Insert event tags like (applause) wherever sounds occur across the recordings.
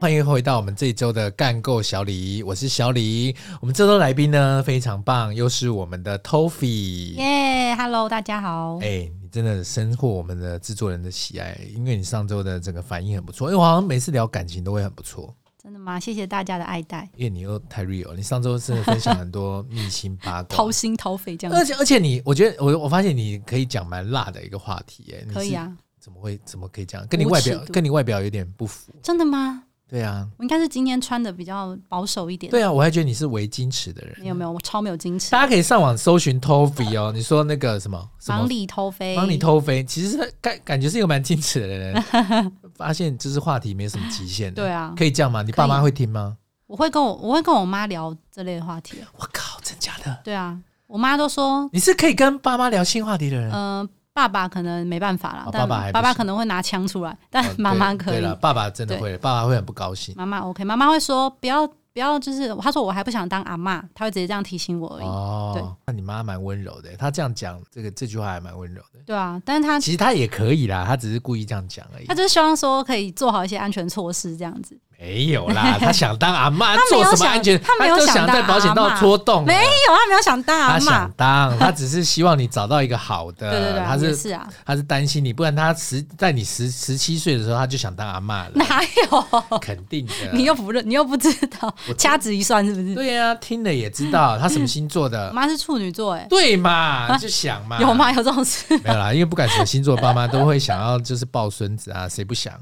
欢迎回到我们这一周的干够小李，我是小李。我们这周来宾呢非常棒，又是我们的 Toffee。耶、h e l l o 大家好。哎、你真的深获我们的制作人的喜爱，因为你上周的整个反应很不错。因为我好像每次聊感情都会很不错，真的吗？谢谢大家的爱戴，因为你又太 real，你上周真的分享很多秘辛八 (laughs) 卦掏。心掏肺这样而子，且而且你，我觉得我我发现你可以讲蛮辣的一个话题、哎，你可以是啊？怎么会怎么可以这样？跟你无外尺表度跟你外表有点不符，真的吗？对啊，我应该是今天穿的比较保守一点。，对啊，我还觉得你是为矜持的人。没有没有，我超没有矜持大，家可以上网搜寻 Toffee 哦，你说那个什么什忙么里偷飞，帮你偷飞，其实他感感觉是一个蛮矜持的人，发现就是话题没什么极限的。对啊可以这样吗？你爸可以妈会听吗？我会跟我我会跟我妈聊这类的话题。啊我靠，真假的？对啊，我妈都说，你是可以跟爸妈聊性话题的人。哦嗯、爸爸可能没办法啦，哦但爸爸还不爸爸行哦可能会拿枪出来，对但妈妈可对以了，。爸爸真的对会，爸爸会很不高兴。妈妈 OK，妈妈会说不要不要，就是她说我还不想当阿嬷，她会直接这样提醒我而已。对哦，那你妈蛮温柔的，欸她这样讲这个这句话还蛮温柔的。对啊，但是她其实她也可以啦，她只是故意这样讲而已他。就是希望说可以做好一些安全措施，这样子。没有啦，她想当阿妈，她没做有什么想安全？她没有就想想在当保险阿套嬷戳洞啊。没有，他没有想大他想嘛。当，他只是希望你找到一个好的。 (laughs) 对对对，他也是是啊，他是担心你，不然他十在你十十七岁的时候，他就想当阿嬷了，哪 (laughs) 有？肯定的。你又不认，你又不知道我，掐指一算是不是？对呀、听了也知道他什么星座我 (laughs) 的，妈是处女座，哎，对 (laughs) 啊嘛？就想嘛，有吗？？有这种事？ (laughs) 没有啦，因为不管什么星座，爸妈都会想要就是抱孙子啊，谁不想？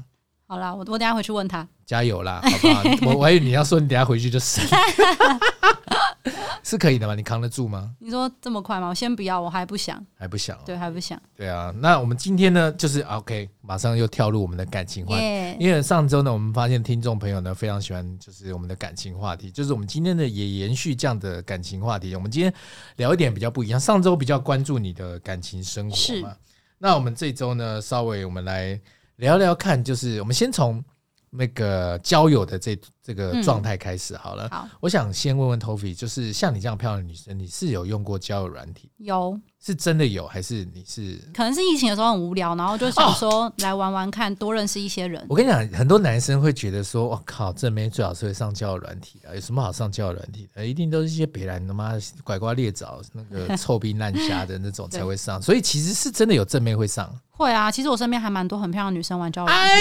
好啦，我我等一下回去问他。加油啦，好 (laughs) 不好？我我还以为你要说你等一下回去就生，是可以的吗？你扛得住吗？你说这么快吗？我先不要，我还不想，还不想哦、对，还不想。对啊，那我们今天呢，就是啊 OK，马上又跳入我们的感情话题。耶，因为上周呢，我们发现听众朋友呢非常喜欢，就是我们的感情话题，就是我们今天的也延续这样的感情话题。我们今天聊一点比较不一样，上周比较关注你的感情生活是嘛，那我们这周呢，稍微我们来聊聊看，就是我们先从那个交友的这这个嗯状态开始好了。好，我想先问问 Toffy，就是像你这样漂亮的女生，你是有用过交友软体？有是真的有，还是你是可能是疫情的时候很无聊，然后就想说来玩玩看，多认识一些人。哦我跟你讲，很多男生会觉得说：“我靠，这妹最好是会上交友软体啊，有什么好上交友软体的？一定都是一些别人他妈拐瓜裂枣、那个臭逼烂虾的那种才会 (laughs) 上。”所以其实是真的有正妹会上。会啊，其实我身边还蛮多很漂亮的女生玩交友软哎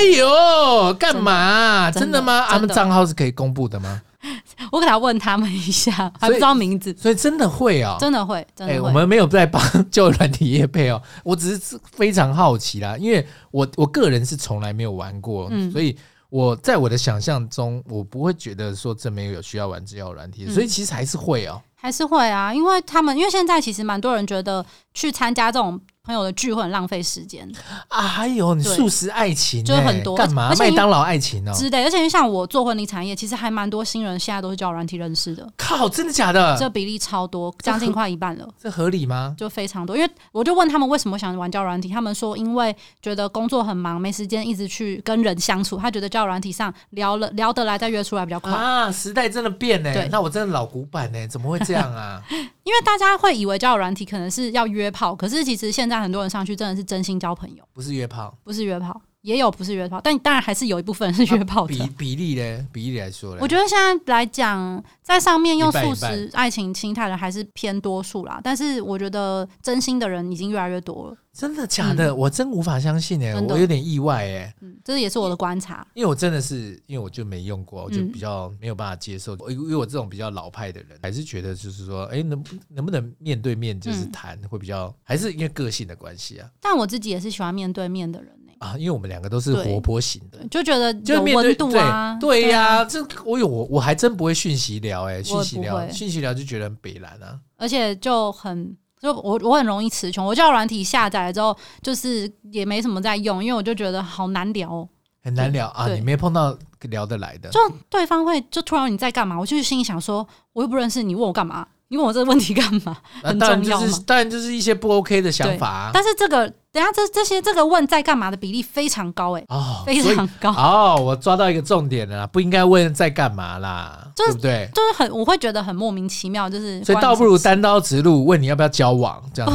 呦，干嘛、真哦真的的吗？啊真的他们账号是可以公布的吗？体，我可能要问他们一下，还所不以知道名字，所以真的会哦、真的会，真哎、的我会。们没有在帮交友软体业配哦， (laughs) 我只是非常好奇啦，因为我我个人是从来没有玩过，嗯所以我在我的想象中，我不会觉得说这没有需要玩交友软体，嗯所以其实还是会哦。还是会啊，因为他们因为现在其实蛮多人觉得去参加这种朋友的聚会很浪费时间啊，还有你对素食爱情、欸，就是很多干嘛而且麦因为当劳爱情哦？之类，而且像我做婚礼产业，其实还蛮多新人现在都是交友软体认识的，靠，真的假的？这这比例超多，将近快一半了。合理吗？就非常多，因为我就问他们为什么想玩交友软体，他们说因为觉得工作很忙，没时间一直去跟人相处，他觉得交友软体上聊了聊得来，再约出来比较快，啊，时代真的变呢、对那我真的老古板呢、怎么会这样啊？ (laughs) 因为大家会以为交友软体可能是要约炮，可是其实现在很多人上去真的是真心交朋友，不是约炮，不是约炮，也有不是约炮，但当然还是有一部分人是约炮的。啊比比例嘞，比例来说嘞，我觉得现在来讲，在上面用一半一素半食爱情心态的还是偏多数啦，但是我觉得真心的人已经越来越多了，真的假的？我真无法相信哎、嗯真的我有点意外哎、嗯，这也是我的观察。因为我真的是，因为我就没用过，我就嗯比较没有办法接受。因为我这种比较老派的人，还是觉得就是说，哎、能不能不能面对面就是嗯谈，会比较，还是因为个性的关系啊但我自己也是喜欢面对面的人呢、啊，因为我们两个都是对活泼型的，就觉得就是有面对温度啊，对对啊呀、这我有我我还真不会讯息聊哎、我讯也息不聊会讯息聊就觉得很北蓝啊，而且就很。就我我很容易词穷，我交友软体下载了之后，就是也没什么在用，因为我就觉得好难聊、哦，很难聊啊，对你没碰到聊得来的就。对方会就突然问你在干嘛，我就心里想说，我又不认识你，问我干嘛？你问我这个问题干嘛？那很啊当然重要就是嘛当然就是一些不 OK 的想对法啊。但是这个等一下这这些这个问在干嘛的比例非常高哎、哦，非所以常高哦，我抓到一个重点了啦，不应该问在干嘛啦，就对是不对？就是很我会觉得很莫名其妙，就是所以关倒不如 (laughs) 什么单刀直入，问你要不要交往，这样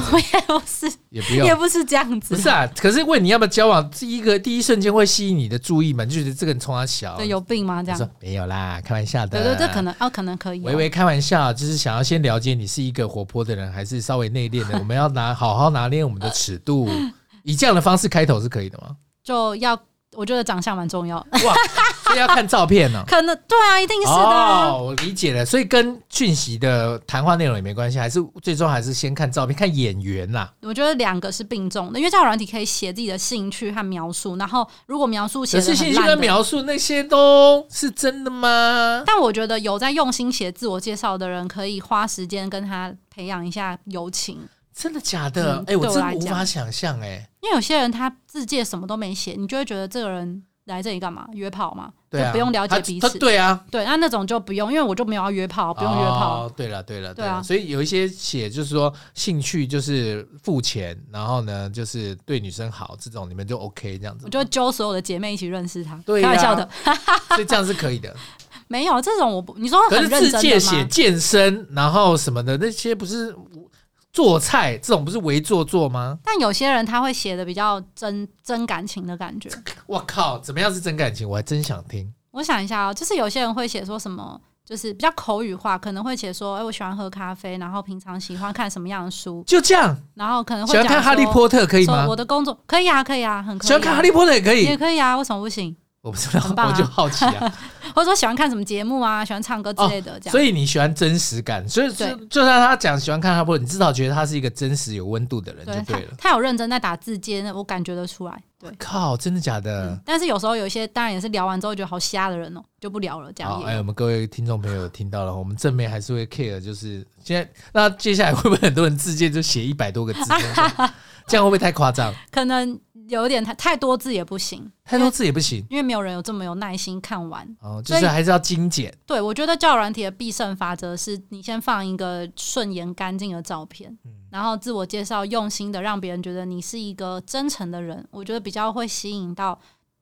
子事也不是也不哦也用。不是这样子，不是啊，可是问你要不要交往，第一个第一瞬间会吸引你的注意嘛，就觉得这个人冲他小，对有病吗？这你样说没有啦，开玩笑的。对对，这可能哦，可能可以、哦。啊微微开玩笑，就是想要先了解你是一个活泼的人，还是稍微内 (laughs) 敛的。我们要拿好好拿捏我们的尺度，以这样的方式开头是可以的吗？就要，我觉得长相蛮重要， (laughs) 哇，所以要看照片呢、可能对啊，一定是的啊、哦，我理解了，所以跟讯息的谈话内容也没关系，还是最终还是先看照片，看眼缘啦。我觉得两个是并重的，因为交友软体可以写自己的兴趣和描述，然后如果描述写可的是很信息烂跟的，描述那些都是真的吗？但我觉得有在用心写自我介绍的人，可以花时间跟他培养一下友情。真的假的？哎、嗯我对我真来的无讲法想象哎、因为有些人他自介什么都没写，你就会觉得这个人来这里干嘛？约炮嘛，对啊，就不用了解他彼他此。对啊，对，那那种就不用，因为我就没有要约炮，不用约炮。哦。对了，对了，对对啊了，所以有一些写就是说兴趣就是付钱，然后呢就是对女生好这种，你们就 OK 这样子我。就会揪所有的姐妹一起认识他，对开玩呀笑的，所以这样是可以 (laughs) 的。没有这种我不，你说可很是认真自的吗？介写健身，然后什么的那些不是做菜这种不是为做作吗？但有些人他会写的比较真真感情的感觉。我靠，怎么样是真感情？我还真想听。我想一下哦，就是有些人会写说什么，就是比较口语化，可能会写说，哎、我喜欢喝咖啡，然后平常喜欢看什么样的书，就这样，然后可能会喜欢看《哈利特波特》可以吗我？的工作可以啊，可以啊，很可以、啊。喜欢看《哈利波特》也可也以。可以啊，为什么不行？我不知道很棒，啊我就好奇啊。或者说喜欢看什么节目啊，喜欢唱歌之类 (laughs) 的，这哦样、所以你喜欢真实感，所以就对就算他讲喜欢看哈利波特，你至少觉得他是一个真实有温度的人就对对了他。他有认真在打字间，我感觉得出来。对，靠，真的假的嗯？，但是有时候有一些当然也是聊完之后觉得好瞎的人哦、就不聊了，这样好，也有、哎，我们各位听众朋友听到了，我们正面还是会 care，就是现在那接下来会不会很多人自荐就写一百多个字，这样会不会太夸 (laughs) 张？可能有点太太多字也不行，太多字也不行因为没有人有这么有耐心看完。哦，就所以是还是要精简。对我觉得教软体的必胜法则是你先放一个顺眼干净的照片，嗯然后自我介绍用心的让别人觉得你是一个真诚的人，我觉得比较会吸引到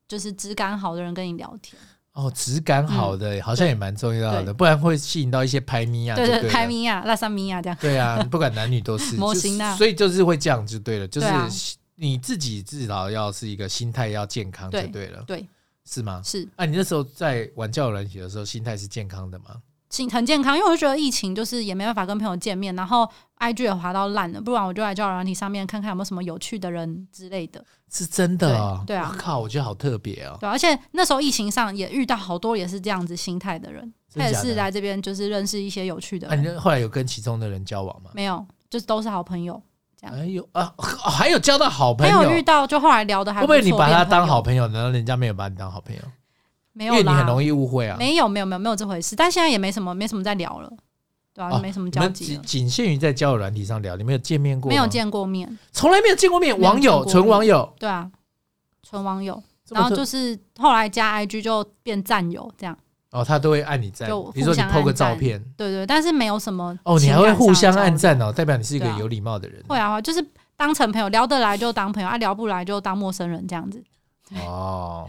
就是质感好的人跟你聊天。哦，质感好的、好像也蛮重要对的，不然会吸引到一些拍咪啊，对对对，了拍咪呀、拉萨咪呀这样。对啊，不管男女 (laughs) 都是模型啊就是所以就是会这样就对了，就是对啊你自己至少要是一个心态要健康就对对了，对，是吗？是啊，你那时候在玩教友软体的时候，心态是健康的吗？挺很健康，因为我就觉得疫情就是也没办法跟朋友见面，然后 IG 也滑到烂了，不然我就来教软体上面看看有没有什么有趣的人之类的。是真的哦，对对啊我靠，我觉得好特别哦，对，啊而且那时候疫情上也遇到好多也是这样子心态的人，真他也假是的？来这边就是认识一些有趣的啊，人，你后来有跟其中的人交往吗？没有，就是都是好朋友。这样哎呦啊，哦还有交到好朋没友，有遇到，就后来聊的还会不错会你把他当好朋变友，然后人家没有把你当好朋友？因朋友？没为有你啦，很容易误会啊。没有没有没有没有这回事，但现在也没什么没什么在聊了，对啊，哦没什么你交们集仅了，仅限于在交友软体上聊，你们有见面过？没有，见过面，从来没有见过面，没有网见友过纯面网友，对啊，纯网友，这么然后特就是后来加 IG 就变战友这样，哦，他都会按你赞就互，你说你相 PO 个按赞照片，对对，但是没有什么哦，你还情会感互上相的按交赞哦，代表你是一个对啊有礼貌的人流，会啊，就是当成朋友，聊得来就当朋友，啊聊不来就当陌生人这样子，哦。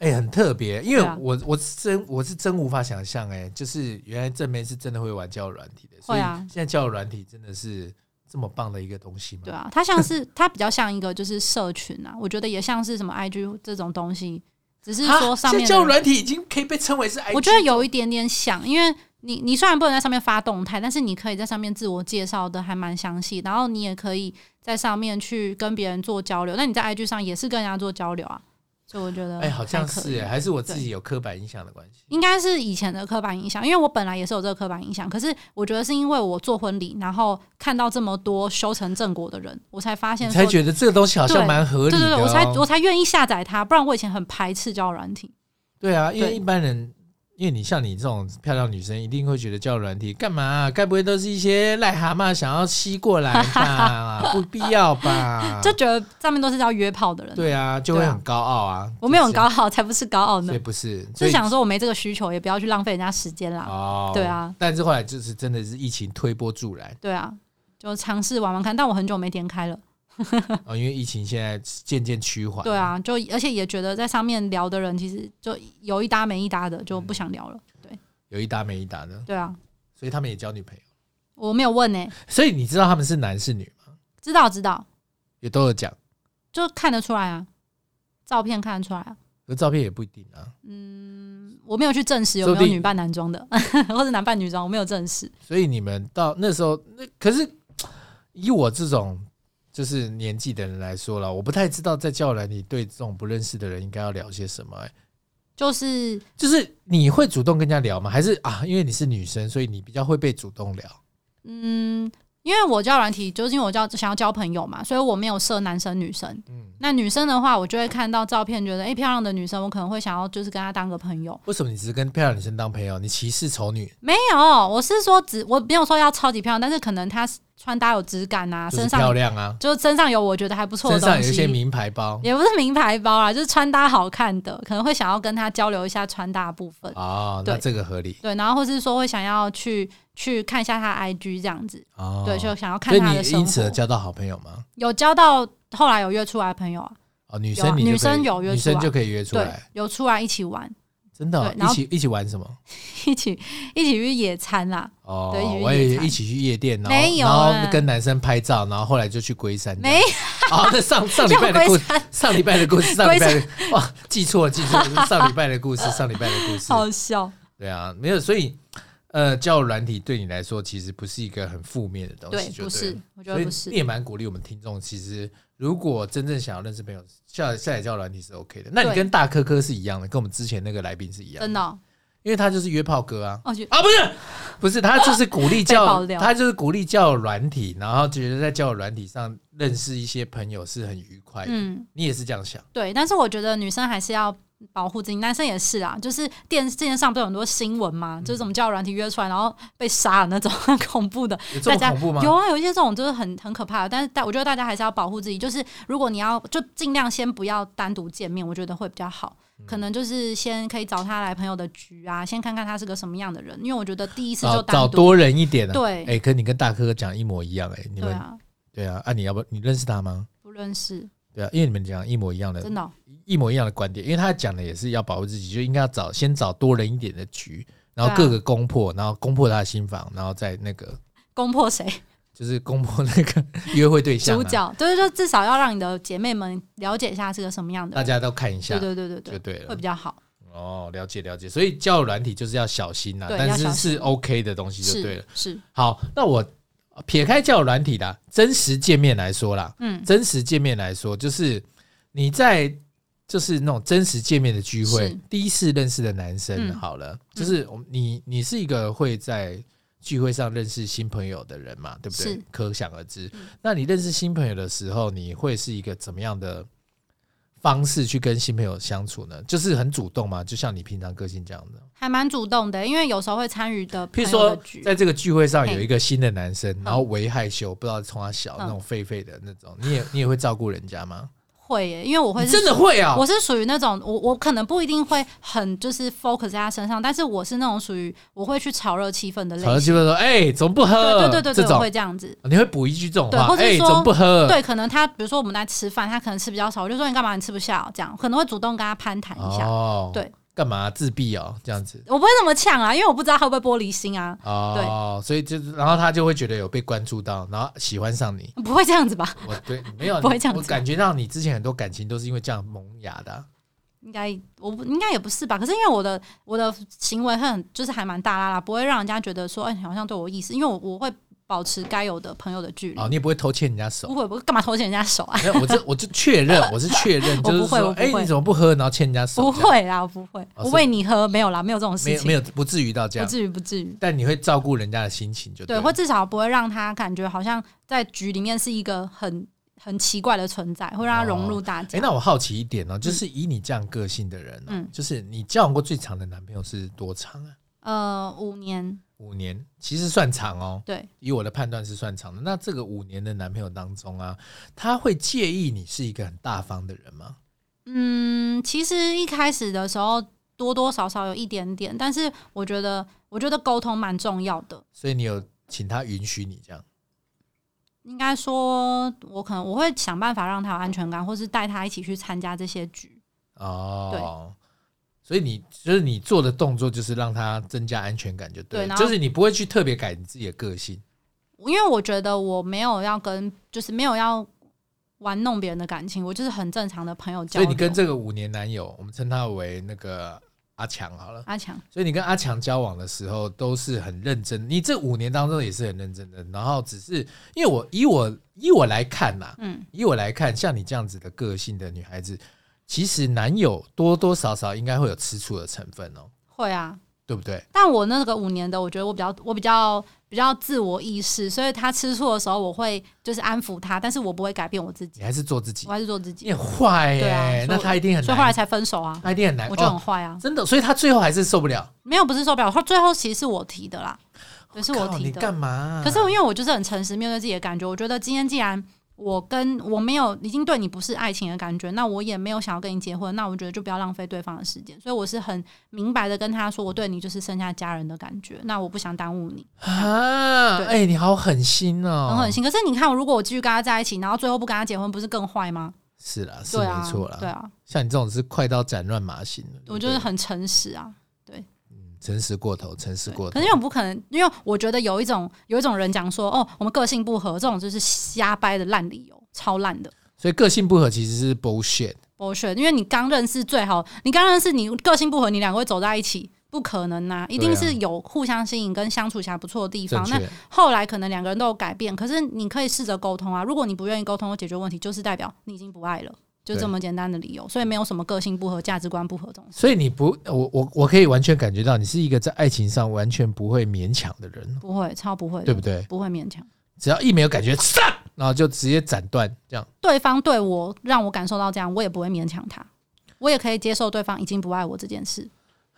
哎、很特别，因为对啊我、我是真我是真无法想象，哎，就是原来正妹是真的会玩交友软体的，所以会啊现在交友软体真的是这么棒的一个东西吗？对啊，它 (laughs) 像是它比较像一个就是社群啊，我觉得也像是什么 IG 这种东西，只是哈说上现面在交的友人软体已经可以被称为是 IG，我觉得有一点点像，因为你你虽然不能在上面发动态，但是你可以在上面自我介绍的还蛮详细，然后你也可以在上面去跟别人做交流。那你在 IG 上也是跟人家做交流啊，所以我觉得哎、好像是哎，哎，还是我自己有刻板印象的关系。应该是以前的刻板印象，因为我本来也是有这个刻板印象，可是我觉得是因为我做婚礼，然后看到这么多修成正果的人，我才发你现才说，觉得这个东西好像对蛮合对理的、哦对对，我才我才愿意下载它，不然我以前很排斥交友软体。对啊，因为对一般人，因为你像你这种漂亮女生，一定会觉得交友软体干嘛、啊该不会都是一些癞蛤蟆想要吸过来 (laughs) 吧？不必要吧？就觉得上面都是要约炮的人，啊对啊，就会很高傲啊。我没有很傲，高傲，才不是高傲呢所以。不是，所是以想说我没这个需求，也不要去浪费人家时间啦。哦对啊。但是后 (laughs) 来就是真的是疫情推波助澜，对啊，就尝试玩玩看，但我很久没点开了。啊，因为疫情现在渐渐趋缓。对，啊，就而且也觉得在上面聊的人，其实就有一搭没一搭的，就不想聊了。嗯对有一搭没一搭的，对啊，所以他们也交女朋友。我没有问呢、所以你知道他们是男是女吗？知道知道，也都有讲，就看得出来啊，照片看得出来啊。可照片也不一定啊。我没有去证实有说不没有定女扮男装的， (laughs) 或者男扮女装，我没有证实。所以你们到那时候，那可是以我这种就是年纪的人来说了，我不太知道在教软你对这种不认识的人应该要聊些什么、欸就是就是你会主动跟人家聊吗？还是啊，因为你是女生，所以你比较会被主动聊？嗯，因为我教软体，就是因为我交想要交朋友嘛，所以我没有设男生女生。嗯，那女生的话，我就会看到照片，觉得诶漂亮的女生，我可能会想要就是跟她当个朋友。为什么你只是跟漂亮女生当朋友？你歧视丑女？没有，我是说只我没有说要超级漂亮，但是可能她穿搭有质感啊，就是身漂上亮啊，就是身上有我觉得还不错身的东上西，有一些名牌包也不是名牌包啦，就是穿搭好看的，可能会想要跟她交流一下穿搭的部分。哦，对那这个合理对，然后或是说会想要去去看一下她的 IG 这样子，哦。对，就想要所看以她的你生因此而活。交到好朋友吗？有交到后来有约出来的朋友啊，哦，女有啊生你就女生可以有约女出生来就可以约出对来，，有出来一起玩， (laughs) 真的哦、对然后一起一起玩什么？一起一起去野餐啦。哦对一起去，我夜也场一起去夜店，然后没有啊然后跟男生拍照，然后后来就去龟山这样，没啊？那上上礼有拜 (laughs) 的故龟事，山，上礼拜的 (laughs) 故事，上龟礼山拜的 (laughs) 哇，记错了，记 (laughs) 错了，是上礼拜的故事，上礼拜的故事，好笑。对啊，没有，所以呃，交友软体对你来说其实不是一个很负面的东对西，，就对了不是，我觉所得以不你是。也蛮鼓励我们听众，其实如果真正想要认识朋友，下下载交友软体是 OK 的。那你对跟大科科是一样的，跟我们之前那个来宾是一样真的，的哦，因为他就是约炮哥啊。哦，就啊，不是，不是，他就是鼓励被 (laughs) 教，爆料他就是鼓励教友软体，然后觉得在教友软体上认识一些朋友是很愉快的。嗯，你也是这样想，对。但是我觉得女生还是要保护自己，男生也是啊。就是电之前上不是有很多新闻嘛，就是怎嗯么叫软体约出来，然后被杀的那种 (laughs) 很恐怖的。有这大么家恐怖吗？有啊，有一些这种就是很很可怕的。但是大我觉得大家还是要保护自己，就是如果你要就尽量先不要单独见面，我觉得会比较好。嗯可能就是先可以找他来朋友的局啊，先看看他是个什么样的人，因为我觉得第一次就找单找独多人一点啊。对哎、跟你跟大哥讲一模一样、哎，你对们啊，对啊，啊，你要不你认识他吗？不认识，对啊，因为你们讲一模一样的，真的哦、一模一样的观点，因为他讲的也是要保护自己，就应该要找先找多人一点的局，然后对各啊个攻破，然后攻破他的心房，然后再那个攻破谁？就是攻破那个 (laughs) 约会对象、啊，主角，就是说至少要让你的姐妹们了解一下是个什么样的大人，家都看一下对对对就对对对，了会比。较好。哦，了解了解，所以交友软体就是要小心啦、啊对但要小是心是 OK 的东西就是对了。是，好，那我撇开交友软体啦，真实见面来说啦，嗯，真实见面来说，就是你在就是那种真实见面的聚会是，第一次认识的男生，嗯好了，就是我们你你是一个会在聚会上认识新朋友的人嘛，对不对是？嗯可想而知，那你认识新朋友的时候，你会是一个怎么样的？方式去跟新朋友相处呢，就是很主动嘛，就像你平常个性这样的。还蛮主动的，因为有时候会参与的譬朋如友的说，局，在这个聚会上嘿有一个新的男生，然后为害羞，不知道从他小那嗯种狒狒的那种，你也你也会照顾人家吗？会耶，因 (laughs) 为我会你是真的会啊！我是属于那种，我我可能不一定会很就是 focus 在他身上，但是我是那种属于我会去炒热气氛的好类像基型。本说，哎、怎么不喝？对对对对这对，我种会这样子。你会补一句这种对话，或是哎、说怎么不喝？对，可能他比如说我们在吃饭，他可能吃比较少，我就说你干嘛你吃不下、哦、这样，可能会主动跟他攀谈一下。哦，对，干嘛自闭哦？这样子我不会那么呛啊，因为我不知道他会不会玻璃心啊，哦，所以就是，然后他就会觉得有被关注到，然后喜欢上 (laughs) 你。不会这样子吧？我对没有，不会这样子我感觉到你之前很多感情都是因为这样萌芽的啊、应该我不应该也不是吧？可是因为我的我的行为很就是还蛮大啦啦，不会让人家觉得说哎、你好像对我有意思，因为我我会保持该有的朋友的距离。哦，你也不会偷牵人家手不。会不会干嘛偷牵人家手啊？没有，我这我就确 (laughs) 认，我是确认，我就是不会说，我不哎、会你怎么不喝？然后牵人家手，不这样，会啦，我不会，哦我是喂你喝没有啦，没有这种没事有没情，有，不至于到这不样，至于不至于。但你会照顾人家的心情就对，了或至少不会让他感觉好像在局里面是一个很很奇怪的存在，会让他融入大哎、家。那我好奇一点哦，就是以你这样个性的人、哦，嗯就是你交往过最长的男朋友是多长啊？呃，五年，五年，其实算长哦。对，以我的判断是算长的。那这个五年的男朋友当中啊，他会介意你是一个很大方的人吗？嗯，其实一开始的时候多多少少有一点点，但是我觉得，我觉得沟通蛮重要的。所以你有请他允许你这样？应该说，我可能我会想办法让他有安全感，或是带他一起去参加这些局。哦，所以你就是你做的动作，就是让他增加安全感，就对对了，然后就是你不会去特别改你自己的个性，因为我觉得我没有要跟，就是没有要玩弄别人的感情，我就是很正常的朋友交所以流。你跟这个五年男友，我们称他为那个阿强好了。阿强，所以你跟阿强交往的时候都是很认真，你这五年当中也是很认真的。然后只是因为我以我以我来看呐、嗯，以我来看，像你这样子的个性的女孩子，其实男友多多少少应该会有吃醋的成分哦，会啊。对不对？但我那个五年的，我觉得我比较我比较比较自我意识，所以他吃醋的时候，我会就是安抚他，但是我不会改变我自己你，还是做自己我，还是做自己你。很坏耶、对啊所以我那他一定很所以后来难，才分手啊，他一定很难，我就很哦坏啊，真的，所以他最后还是受不了。没有不是受不了，后最后其实是我提的啦，对，是我靠提你的。干嘛啊、可是因为我就是很诚实面对自己的感觉，我觉得今天既然我跟我没有已经对你不是爱情的感觉，那我也没有想要跟你结婚，那我觉得就不要浪费对方的时间。所以我是很明白的跟他说，我对你就是剩下家人的感觉，那我不想耽误你，啊，对哎、你好狠心哦，很狠。心。可是你看，如果我继续跟他在一起，然后最后不跟他结婚，不是更坏吗？是啦，是对啊，没错啦。对啊，像你这种是快刀斩乱麻型的，对不我就是对很诚实啊。诚实过头，诚实对过头。可是因为我不可能，因为我觉得有一种有一种人讲说，哦，我们个性不合，这种就是瞎掰的烂理由，超烂的。所以个性不合其实是 bullshit。我选，因为你刚认识最好，你刚认识你个性不合，你两个会走在一起，不可能啊呐、一定是有互相吸引跟相处起来不错的地啊正方。那确，后来可能两个人都有改变，可是你可以试着沟通啊。如果你不愿意沟通或解决问题，就是代表你已经不爱了，就对这么简单的理由。所以没有什么个性不合、价值观不合这种事。所以你不，我我我可以完全感觉到你是一个在爱情上完全不会勉强的人，不会，超不会的，对不对？不会勉强。只要一没有感觉，上，然后就直接斩断，这样对方对我让我感受到这样，我也不会勉强他，我也可以接受对方已经不爱我这件事。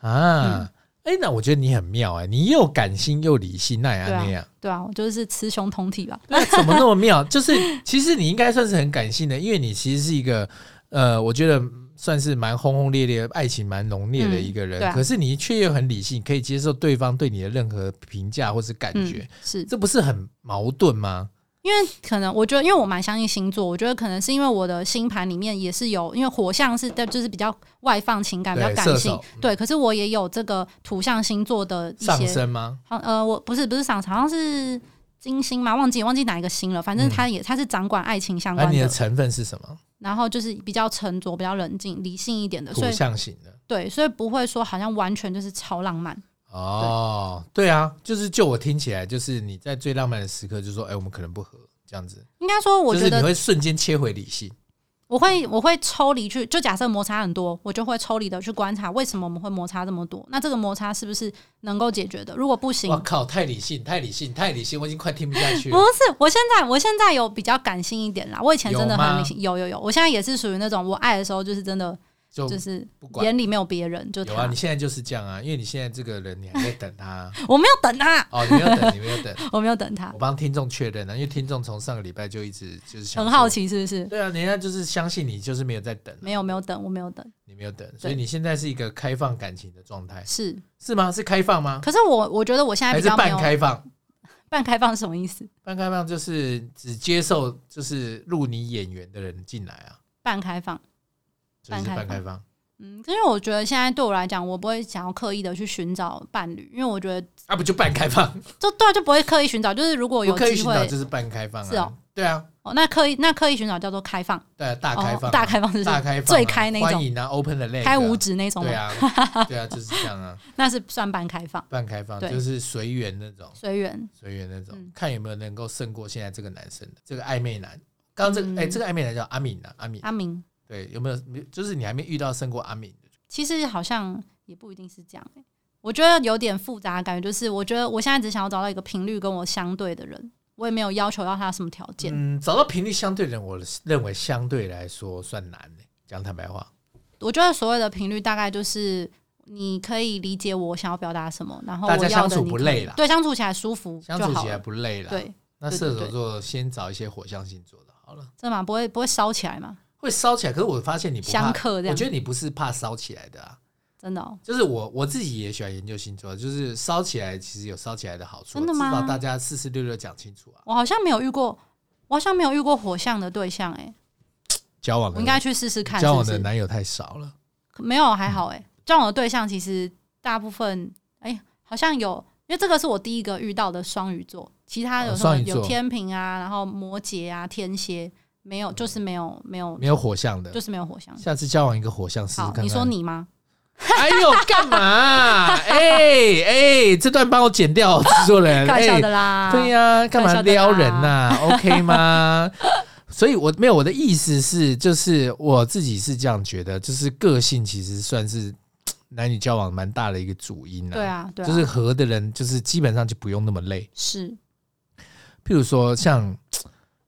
嗯啊。哎、那我觉得你很妙哎、你又感性又理性，那也对啊那样， (laughs) 对啊，我就是雌雄同体吧。那怎么那么妙？就是其实你应该算是很感性的，因为你其实是一个呃，我觉得算是蛮轰轰烈烈、爱情蛮浓烈的一个人，嗯对啊可是你却又很理性，可以接受对方对你的任何评价或是感觉嗯，，是这不是很矛盾吗？因为可能我觉得，因为我蛮相信星座，我觉得可能是因为我的星盘里面也是有，因为火象是就是比较外放情感，比对较射感性手，对。可是我也有这个土象星座的一嗯上些，升吗？好呃，我不是不是上升，好像是金星嘛，忘记忘记哪一个星了，反正它也、它是掌管爱情相而嗯关啊你的，的成分是什么？然后就是比较沉着、比较冷静、理性一点的，所土以象型的。对，所以不会说好像完全就是超浪漫，哦，对啊，就是就我听起来，就是你在最浪漫的时刻就说，哎、我们可能不合这样子，应该说我就是觉你得会瞬间切回理性。我会我会抽离去，就假设摩擦很多，我就会抽离的去观察为什么我们会摩擦这么多。那这个摩擦是不是能够解决的？如果不行哇，靠，太理性，太理性，太理性，我已经快听不下去不了。是，我现在我现在有比较感性一点啦。我以前真的很理性，有有有，我现在也是属于那种我爱的时候就是真的就就是不管眼里没有别人，就有他，啊，你现在就是这样啊，因为你现在这个人，你还在等他我没有等他， (laughs) 哦，你没有等，你没有 (laughs) 等。我没有等他我，帮听众确认啊了、因为听众从上个礼拜就一直就是想很说好。奇是不是？对啊，人家就是相信你，就是没有在等啊、没有没有等，我没有等，你没有等，所以你现在是一个开放感情的状态，是。是吗？是开放吗？可是我我觉得我现在还比是较没半有开放？半开放是什么意思？半开放就是只接受就是入你眼缘的人进来啊，半开放。就是半半开开放。嗯，因为我觉得现在对我来讲，我不会想要刻意的去寻找伴侣，因为我觉得啊，不就半开放？就对啊，就不会刻意寻找。就是如果不有刻意机寻会找，就是半开放啊。是哦对啊，哦，那刻意那刻意寻找叫做开放，对啊，大开放啊、哦、大开放是什么大开放啊、最开那欢种，迎啊，open the leg，开五无指那种吗，对啊，对啊，就是这样啊， (laughs) 那是算半开放，半开放对就是随缘那种，随缘。随缘那种，嗯看有没有能够胜过现在这个男生的这个暧昧男。刚刚这个哎、嗯这个暧昧男叫阿敏啊，阿敏，阿明对，有没有？就是你还没遇到胜过阿敏的，其实好像也不一定是这样、欸、我觉得有点复杂的感觉，就是我觉得我现在只想要找到一个频率跟我相对的人，我也没有要求要他什么条件。嗯，找到频率相对的人，我认为相对来说算难的、讲坦白话，我觉得所谓的频率大概就是你可以理解我想要表达什么，然后大我家要相的处你不可以累啦对，相处起来舒服就相处好起来了。不累啦。，对，那对射对手对座先找一些火象星座的好了，这嘛不会不会烧起来嘛，会烧起来。可是我发现你不怕相，克我这样觉。得你不是怕烧起来的啊。真的、哦，就是我我自己也喜欢研究星座，就是烧起来其实有烧起来的好处，真的吗至少大家四四六六讲清楚啊。我好像没有遇过我好像没有遇过火象的对象、欸，哎，交往我的应该去试试看是交不往是的嗯男友太少了，没有还好哎、交往的对象其实大部分哎、好像有，因为这个是我第一个遇到的双鱼座，其他有哦什么双鱼座有天平啊，然后摩羯啊、天蝎，没有，就是没有没有嗯没有火象的就。是没有火象。下次交往一个火象试试好看，看。你说你吗？哎呦，干嘛？ (laughs) 哎哎，这段帮我剪掉，制作人。开玩笑哎的啦，对呀、干啊开玩嘛笑的啦撩人 (laughs) 呐、o k 吗？所以我没有我的意思是，就是我自己是这样觉得，就是个性其实算是男女交往蛮大的一个主因对啊，对啊，就是合的人，就是基本上就不用那么累。是譬如说像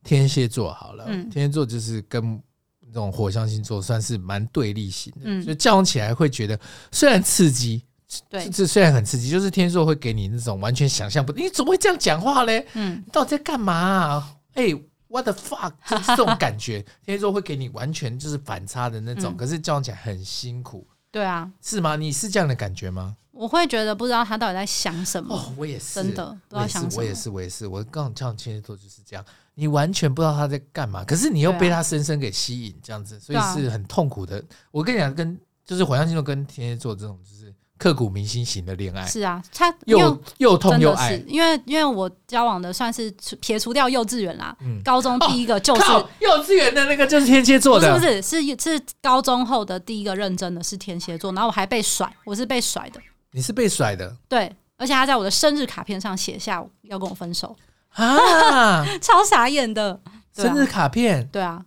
天蝎座好了，嗯天蝎座就是跟那种火象星座算是蛮对立型的，嗯所以交往起来会觉得虽然刺激，对这，这虽然很刺激，就是天蝎座会给你那种完全想象不，你怎么会这样讲话嘞？嗯，你到底在干嘛、啊？哎、w h a t the fuck，就是这种感 (laughs) 觉，天蝎座会给你完全就是反差的那种，嗯可是交往起来很辛苦，对啊，是吗？你是这样的感觉吗？我会觉得不知道他到底在想什么，哦，我也是，真的不知我道也是想，什我也么。是，我也是，我刚好像天蝎座就是这样，你完全不知道他在干嘛，可是你又对啊被他深深给吸引，这样子，所以对啊是很痛苦的。我跟你讲，跟就是火象星座跟天蝎座这种就是刻骨铭心型的恋爱，是啊，他因为哎又又痛真又的爱是，，因为因为我交往的算是除撇除掉幼稚园啦，嗯高中第一个就是、靠，幼稚园的那个就是天蝎座不是的，不是是是高中后的第一个认真的是天蝎座，然后我还被甩，我是被甩的，你是被甩的对，而且他在我的生日卡片上写下要跟我分手， (laughs) 啊！超傻眼的，对生日啊，卡片对啊。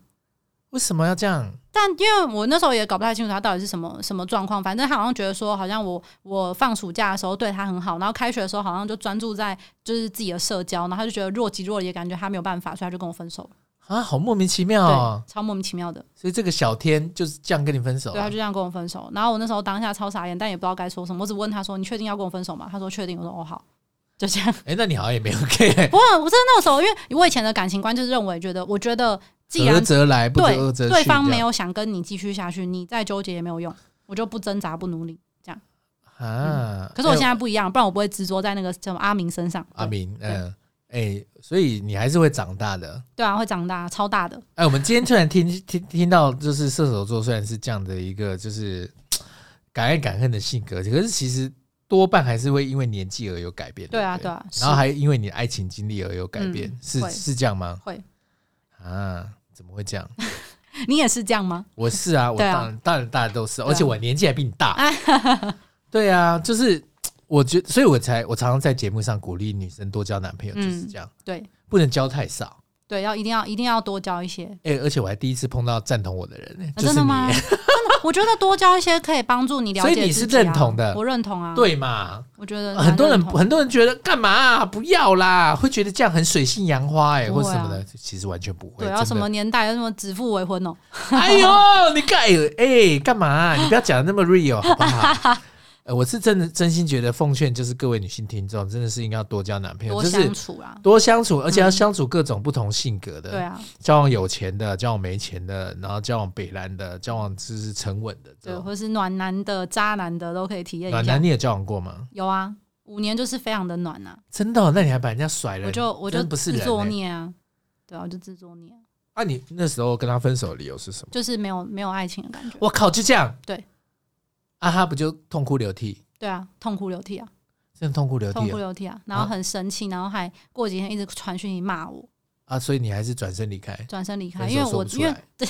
为什么要这样？但因为我那时候也搞不太清楚他到底是什么什么状况，反正他好像觉得说，好像我我放暑假的时候对他很好，然后开学的时候好像就专注在就是自己的社交，然后他就觉得若即若离，感觉他没有办法，所以他就跟我分手了，啊，好莫名其妙哦！对，超莫名其妙的。所以这个小天就是这样跟你分手、对，啊他就，这样跟我分手。然后我那时候当下超傻眼，但也不知道该说什么。我只问他说：“你确定要跟我分手吗？”他说：“确定。”我说：“哦，好。” (laughs) 就这样。哎、那你好像也没有 care，不过我真的那时候，因为我以前的感情观就是认为，觉得我觉得 (laughs) 既合然则来，不对合则去。对方没这样有想跟你继续下去，你再纠结也没有用，我就不挣扎不努力。啊，嗯可是我哎现在不一样，不然我不会执着在那个什么阿明身上。阿明，嗯，哎、所以你还是会长大的。对啊，会长大，超大的。哎、我们今天突然听听听到，就是射手座虽然是这样的一个就是嘖敢爱敢恨的性格，可是其实多半还是会因为年纪而有改变。对啊，不对啊，是然后还因为你的爱情经历而有改变，嗯是会是这样吗？会。啊，怎么会这样？你也是这样吗？我是啊，我 (laughs) 对啊当然当然大家都是，对啊而且我年纪还比你 (laughs) 大。对啊，就是我觉所以我才我常常在节目上鼓励女生多交男朋友，就嗯是这样，对不能交太少。对，要一定要一定要多交 (laughs) 一些。哎、而且我还第一次碰到赞同我的人、呢，啊就是真的你，吗？真的，我觉得多交一些可以帮助你了解、所自以你是己啊认同的我认同 (laughs) 啊。，对嘛？我觉得很多人嗯蛮认同很多人觉得干嘛啊、不要啦，会觉得这样很水性杨花哎、不或会啊什么的，其实完全不会。对，真要的什么？年代，要什么指腹为婚哦、哎呦，你干哎干嘛啊、你不要讲的那么 real 好不 (laughs) 好？呃，我是真的真心觉得奉劝就是各位女性听众，真的是应该要多交男朋友，多就是相处啦。多相处，而且要相处各种不同性格的，对啊，交往有钱的，交往没钱的，然后交往北蓝的，交往就是沉稳的这对，种。或是暖男的、渣男的都可以体验啊暖一男下。你也交往过吗？有啊，五年就是非常的暖啊，真的哦、那你还把人家甩了？我就我就真不是自人、作欸。孽啊，对啊，我就自作孽啊，啊，你那时候跟他分手的理由是什么？就是没有没有爱情的感觉。我靠，就这样。对。啊，他不就痛哭流涕？对啊，痛哭流涕啊，真的痛哭流痛涕哭哦流涕啊，然后很生气，然后还过几天一直传讯息骂我，啊！所以你还是转身离开。转身离开，分手啊因为说我不出因为啊来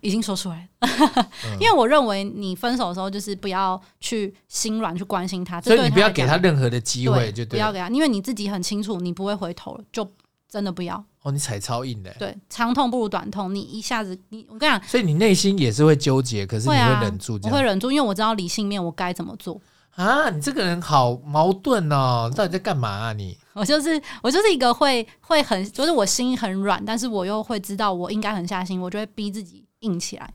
已经说出来了。嗯 (laughs) 因为我认为你分手的时候，就是不要去心软去关心他，这所以对你不要来给讲他任何的机会，就不对要了。给他，因为你自己很清楚，你不会回头了，就真的不要。哦，你踩超硬的欸。对，长痛不如短痛，你一下子，你我跟你讲，所以你内心也是会纠结，可是你会啊会忍住这我样会忍住，因为我知道理性面我该怎么做。啊！你这个人好矛盾哦，你到底在干嘛啊你？我就是我就是一个会会很，就是我心很软，但是我又会知道我应该狠下心，我就会逼自己硬起来。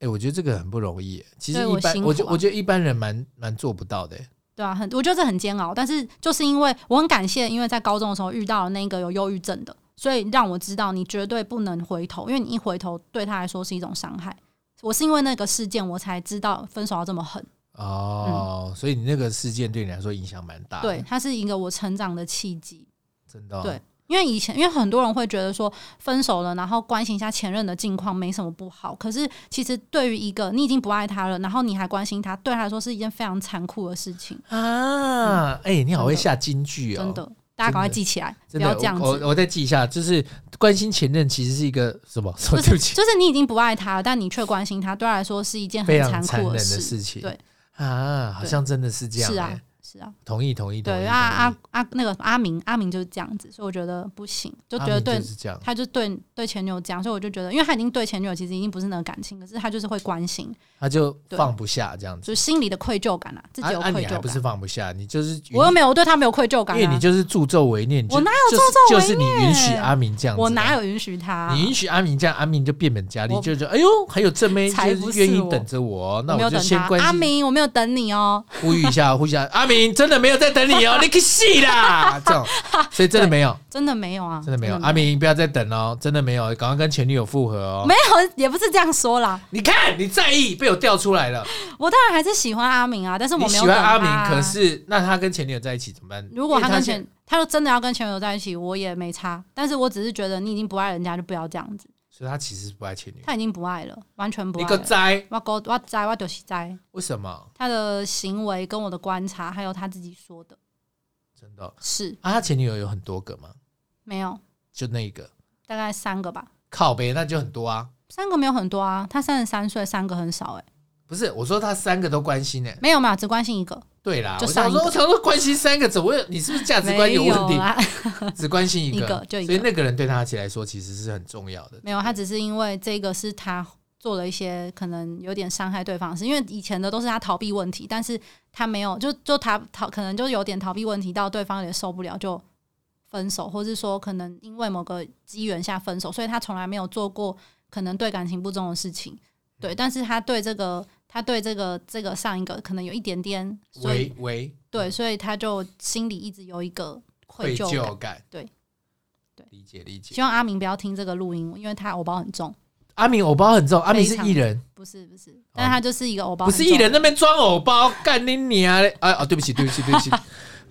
哎、我觉得这个很不容易欸。其实对一我般，辛我苦觉啊我觉得一般人蛮蛮做不到的欸。对啊，很我觉得这很煎熬，但是就是因为我很感谢，因为在高中的时候遇到了那个有忧郁症的，所以让我知道你绝对不能回头，因为你一回头对他来说是一种伤害。我是因为那个事件，我才知道分手要这么狠。哦，嗯所以你那个事件对你来说影响蛮大的，对，它是一个我成长的契机。真的、哦。对，因为以前，因为很多人会觉得说分手了，然后关心一下前任的近况没什么不好。可是其实对于一个你已经不爱他了，然后你还关心他，对他来说是一件非常残酷的事情。啊，哎、你好会嗯真的下金句哦，真的，大家赶快记起来，不真的，要这样我我子。我再记一下，就是关心前任其实是一个什么？什么？对不起，就是你已经不爱他了，但你却关心他，对他来说是一件很非常残残忍酷的事。事情。对啊，好像真的是这样、是欸。啊，是啊，同意，同意，同意。对同啊意啊啊，那个阿明，阿明就是这样子，所以我觉得不行，就觉阿得明对就是这样。他就对对前女友这样，所以我就觉得，因为他已经对前女友其实已经不是那个感情，可是他就是会关心，他就对放不下这样子就。是心里的愧疚感啊，自己有啊啊愧你疚还不是感。放不下，你就是我又没有，我对他没有愧疚感、啊，因为你就是助纣为虐。你就我哪有助纣就是就是你允许阿明这样子啊，我哪有允许他啊、你允许阿明这样，阿明就变本加厉，我就觉得哎呦，还有正妹才就不是是愿意我等着我哦，那我没有就等先他，关阿心明，我没有等你哦，呼吁一下，呼吁一下，阿明真的没有在等你哦，你可戏啦，这种，所以真的没有，真的没有啊，真的没有，阿明不要再等哦，真的没有，赶快跟前女友复合哦没。有，也不是这样说啦，你看，你在意被我调出来了，我当然还是喜欢阿明啊，但是我你没喜有欢等他阿啊、明，可是那他跟前女友在一起怎么办？如果他因为跟现前，他就真的要跟前女友在一起，我也没差，但是我只是觉得你已经不爱人家，就不要这样子，所以他其实不爱前女友，他已经不爱了，完全不你爱个了。灾，我狗我栽我就是栽，为什么？他的行为跟我的观察，还有他自己说的真的哦是啊，他前女友有很多个吗？没有，就那一个大概三个吧，靠呗，那就很多啊。三个没有很多啊，他三十三岁，三个很少哎、不是，我说他三个都关心呢、没有嘛，只关心一个，对啦，就我上想一说，个我想说关心三个，怎么会有？你是不是价值观没啊有问题？啦，只关心一个，一个就一所以个那个人对他起来说其实是很重要的。没有，他只是因为这个是他做了一些可能有点伤害对方的事，因为以前的都是他逃避问题，但是他没有，就就他逃，可能就有点逃避问题，到对方有点受不了就分手，或是说可能因为某个机缘下分手，所以他从来没有做过可能对感情不忠的事嗯情，对，但是他对这个。他对这个这个上一个可能有一点点，所以喂喂，对，所以他就心里一直有一个愧愧疚感。疚感，对对理解理解希。望阿明不要听这个录音，因为他偶包很重。阿明偶包很重，阿明是非常艺人，不是不是，但他就是一个欧巴，不是艺人，那边装偶包，干你娘嘞！啊啊，对不起对 (laughs) 不起对不起，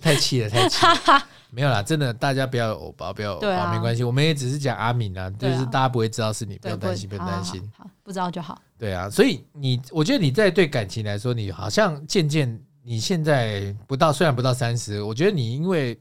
太气了太气了。没有啦，真的，大家不要有偶包，不要有偶包，对啊没关系，我们也只是讲阿敏啊，就对啊是大家不会知道是你，不对，用担心，不会用担心。，好好好，不知道就好。对啊，所以你，我觉得你在对感情来说，你好像渐渐，你现在不到，虽然不到三十，我觉得你因为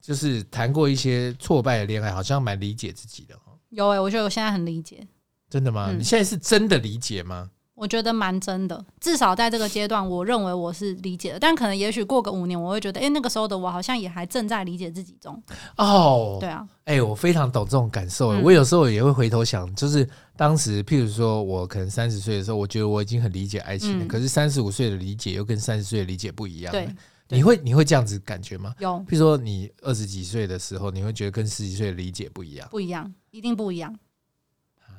就是谈过一些挫败的恋爱，好像蛮理解自己的哦。有欸诶、我觉得我现在很理解，真的吗？嗯你现在是真的理解吗？我觉得蛮真的。至少在这个阶段，我认为我是理解的，但可能也许过个五年，我会觉得，诶、欸那个时候的我好像也还正在理解自己中。哦，对啊，哎、我非常懂这种感受。哎嗯我有时候也会回头想，就是当时，譬如说我可能三十岁的时候，我觉得我已经很理解爱情了，嗯可是三十五岁的理解又跟三十岁的理解不一样。对，对你会你会这样子感觉吗？有譬如说你二十几岁的时候，你会觉得跟十几岁的理解不一样不一样，一定不一样。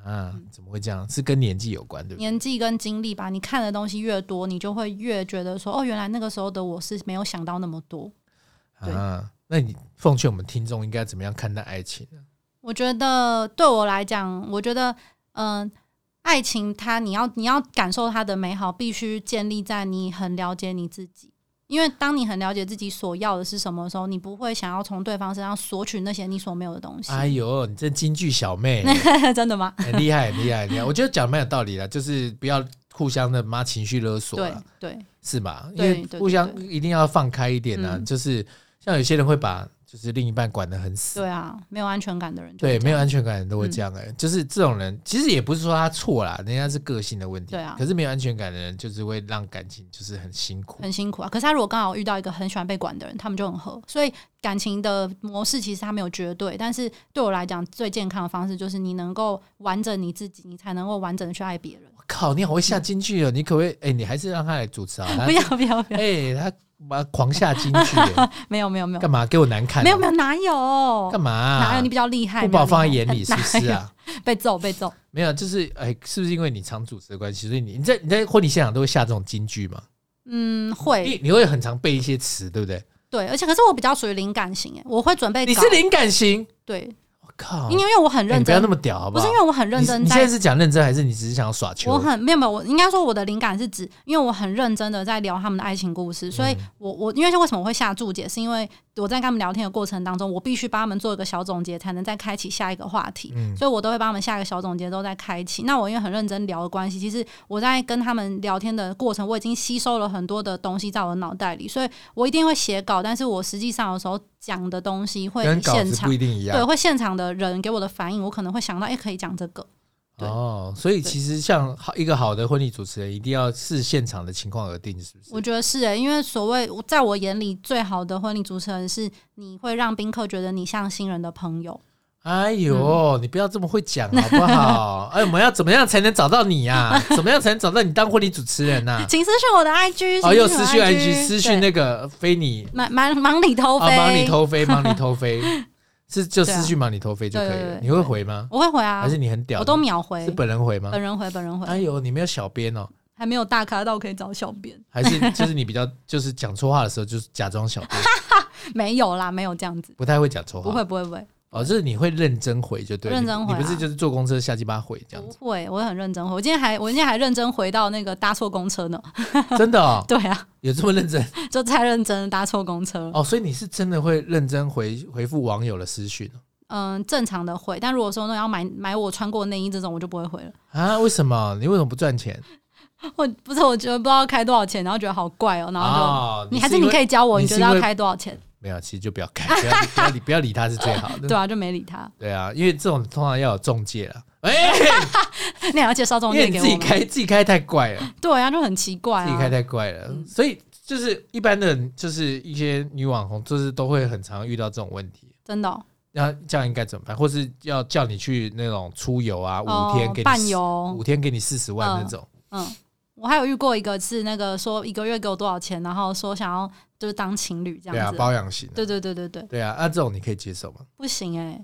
啊？怎么会这样？是跟年纪有关，对不对？嗯年纪跟经历吧，你看的东西越多，你就会越觉得说，哦，原来那个时候的我是没有想到那么多。对啊，那你奉劝我们听众应该怎么样看待爱情呢？我觉得对我来讲，我觉得，嗯、爱情它你要你要感受它的美好，必须建立在你很了解你自己。因为当你很了解自己所要的是什么的时候，你不会想要从对方身上索取那些你所没有的东西。哎呦，你这京剧小妹 (laughs) 真的吗？很厉害，很厉害，很厉害！我觉得讲得蛮有道理的，就是不要互相的妈情绪勒索啊对了，对，是吧？因对为对对互相一定要放开一点啊，嗯就是像有些人会把就是另一半管得很死，对嗯啊，没有安全感的人就对，会这没有样安全感的人都会这样哎、就是这种人，其实也不是说他错啦，人家是个性的问题。对啊可是没有安全感的人，就是会让感情就是很辛苦。很辛苦啊。可是他如果刚好遇到一个很喜欢被管的人，他们就很合。所以感情的模式其实它没有绝对，但是对我来讲，最健康的方式就是你能够完整你自己，你才能够完整的去爱别人。我靠，你好会下金句哦！你可不可以？哎、你还是让他来主 (laughs) 持啊？他嗯不要不要不哎、要，他妈狂下金句 (laughs) 耶，没有没有没有干嘛给我难看、哦没有没有哪有干嘛啊、哪有你比较厉害，不把我放在没有眼厉害里是不是？啊？哪有被揍被揍，没有，就是哎、是不是因为你常主持的关系，所以你你在你在婚礼现场都会下这种金句嘛？嗯你会你会很常背一些词，对不对？对，而且可是我比较属于灵感型哎，我会准备你稿是灵感型，对，我靠！因为因为我很哎认你不要真那，么屌，好不好？是因为我很认你真你现在在。是讲认真，还是你只是想要耍球？我很没有没有，我应该说我的灵感是指，嗯因为我很认真的在聊他们的爱情故事，所以我我因为为什么我会下注解，是因为我在跟他们聊天的过程当中，我必须帮他们做一个小总结，才能再开启下一个话题。嗯所以我都会帮他们下一个小总结，都在开启。那我因为很认真聊的关系，其实我在跟他们聊天的过程，我已经吸收了很多的东西在我的脑袋里，所以我一定会写稿，但是我实际上有时候讲的东西会跟稿现子场不一定一对，样会现场的人给我的反应，我可能会想到，哎、可以讲这个。对哦，所以对其实像好一个好的婚礼主持人，一定要视现场的情况而定，是不是？我觉得是诶、欸因为所谓我在我眼里最好的婚礼主持人是，你会让宾客觉得你像新人的朋友。哎呦，嗯你不要这么会讲好不好？ (laughs) 哎，我们要怎么样才能找到你啊？怎么样才能找到你当婚礼主持人呐、请 (laughs) 私讯我的 IG，哦，又请私讯讯我的 IG，私讯对那个非你忙忙忙里偷飞，啊，忙里偷 (laughs) 飞，忙里偷飞，是就对啊私讯忙里偷飞就可以对对了对。你会回吗？我会回啊还，是你很屌？我都秒回，是本人回吗本？人回，本人回，哎呦，你没有小编哦，还没有大咖到可以找小编，还是 (laughs) 就是你比较就是讲错话的时候就是假装小编，没有啦，没有这样子，不太会讲错话。不会不会不会哦，就是你会认真回就对了，认真回啊你不是就是坐公车下鸡巴回这样 (laughs) 不子，会，我很认真回，我今天还我今天还认真回到那个搭错公车呢，真的哦，对啊，有这么认真就太认真了搭错公车，哦，所以你是真的会认真回回复网友的私讯哦嗯，正常的回，但如果说那要买买我穿过内衣这种，我就不会回了。啊？为什么？你为什么不赚钱？我不是，我觉得不知道开多少钱，然后觉得好怪哦、然后就、哦，你还是你可以以教我，你你是觉得要因为开多少钱？没有，其实就不要看，不要理不要理 (laughs) 不要理他是最好的。对啊，就没理他。对啊，因为这种通常要有中介 (laughs) 了，哎，那你还要介绍这因种为店你自己给我吗？开自己开太怪 (laughs) 了，对啊，就很奇怪自己开啊。太怪了，所以就是一般的人，就是一些女网红，就是都会很常遇到这种问题。真的哦、那这样应该怎么办？或是要叫你去那种出游啊，五天哦给你伴四游，五天给你四十万那种，嗯，我还有遇过一个是那个说一个月给我多少钱，然后说想要就是当情侣这对啊，样子。包养型的，对对对对对，对啊，那这种你可以接受吗？不行哎、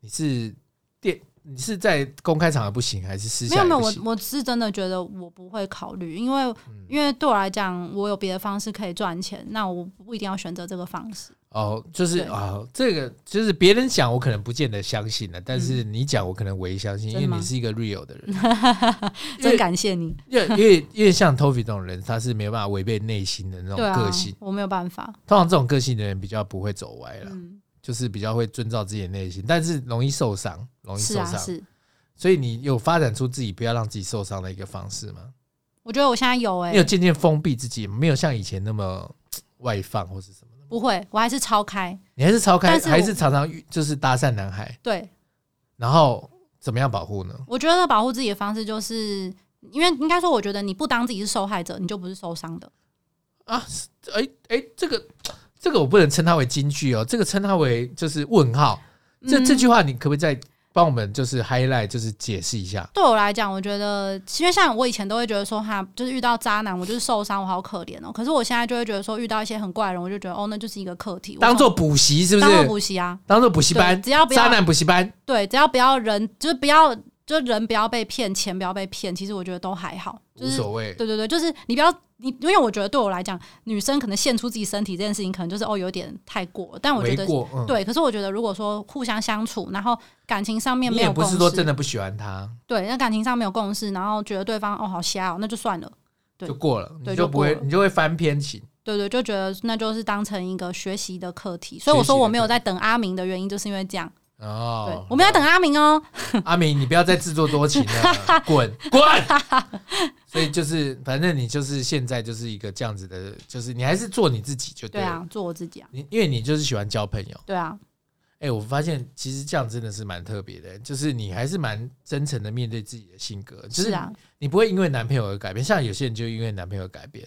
你是电，你是在公开场合不行，还是私没下有也没有，不我行？嗯我是真的觉得我不会考虑，因为、因为对我来讲，我有别的方式可以赚钱，那我不一定要选择这个方式。 (laughs) 哦，就是对啊、这个就是别人讲我可能不见得相信了，但是你讲我可能唯一相信，因嗯真为的吗你是一个 real 的人， (laughs) 因真为感谢你，因为因为因为像 Toby 这种人，他是没有办法违背内心的那种对啊个性，，我没有办法。通常这种个性的人比较不会走歪了。嗯，就是比较会遵照自己的内心，但是容易受伤，容易受是啊伤。是。所以你有发展出自己不要让自己受伤的一个方式吗？我觉得我现在有哎、你有渐渐封闭自己，没有像以前那么嘖外放或是什么的吗？不会，我还是超开。你还是超开，但是我还是常常遇就是搭讪男孩，对，然后怎么样保护呢？我觉得保护自己的方式就是。因为应该说，我觉得你不当自己是受害者，你就不是受伤的。啊，是哎、哎、这个嘖这个我不能称它为金句哦，这个称它为就是问号。这、嗯这句话你可不可以再帮我们就是 highlight 就是解释一下？对我来讲，我觉得，因为像我以前都会觉得说，哈，就是遇到渣男，我就是受伤，我好可怜哦。可是我现在就会觉得说，遇到一些很怪的人，我就觉得哦，那就是一个课题，我当做补习是不当做是？补习啊。当做补习班对，，只要不渣要男补习班。对，只要不要人，就是不要，就人不要被骗，钱不要被骗，其实我觉得都还好。就无是所谓，对对对，就是你不要你，因为我觉得对我来讲，女生可能献出自己身体这件事情，可能就是哦有点太过了。但我觉为得过，嗯，对，可是我觉得如果说互相相处，然后感情上面你没也有不共是说真识，的不喜欢他，对，那感情上没有共识，然后觉得对方哦好瞎哦，那就算了。对就过了，对你就就不过会了，你就会翻篇型。对对，就觉得那就是当成一个学习的课题。所以我说学习的我没有课题在等阿明的原因，就是因为这样。对哦，，我们要等阿明哦。阿明，你不要再自作多情 (laughs) 了，滚滚！所以就是，反正你就是现在就是一个这样子的，就是你还是做你自己就对了。啊，做我自己啊。你因为你就是喜欢交朋友，对啊，哎、我发现其实这样真的是蛮特别的，就是你还是蛮真诚的面对自己的性格，就是啊，你不会因为男朋友而改变，像有些人就因为男朋友而改变，